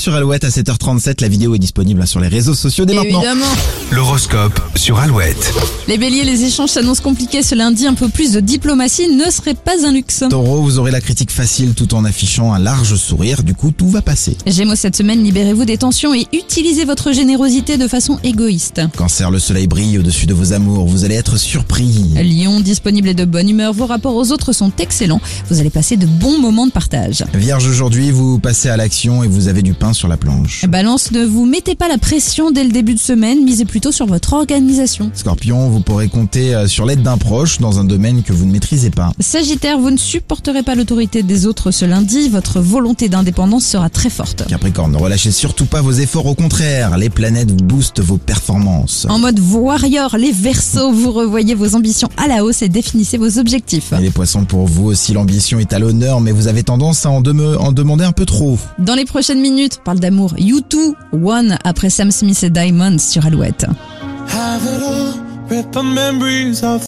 Sur Alouette à 7h37, la vidéo est disponible hein, sur les réseaux sociaux dès maintenant. Évidemment. L'horoscope sur Alouette. Les béliers, les échanges s'annoncent compliqués ce lundi. Un peu plus de diplomatie ne serait pas un luxe. Taureau, vous aurez la critique facile tout en affichant un large sourire, du coup tout va passer. Gémeaux, cette semaine, libérez-vous des tensions et utilisez votre générosité de façon égoïste. Cancer, le soleil brille au-dessus de vos amours, vous allez être surpris. Lion, disponible et de bonne humeur, vos rapports aux autres sont excellents. Vous allez passer de bons moments de partage. Vierge, aujourd'hui vous passez à l'action et vous avez du pain sur la planche. Balance, ne vous mettez pas la pression dès le début de semaine, misez plutôt sur votre organisation. Scorpion, vous pourrez compter euh, sur l'aide d'un proche dans un domaine que vous ne maîtrisez pas. Sagittaire, vous ne supporterez pas l'autorité des autres ce lundi, votre volonté d'indépendance sera très forte. Capricorne, ne relâchez surtout pas vos efforts, au contraire, les planètes boostent vos performances. En mode warrior, les versos, vous revoyez vos ambitions à la hausse et définissez vos objectifs. Et les poissons, pour vous aussi, l'ambition est à l'honneur, mais vous avez tendance à en, deme- en demander un peu trop. Dans les prochaines minutes, parle d'amour U2, One après Sam Smith et Diamond sur Alouette. have it all. Rip the memories of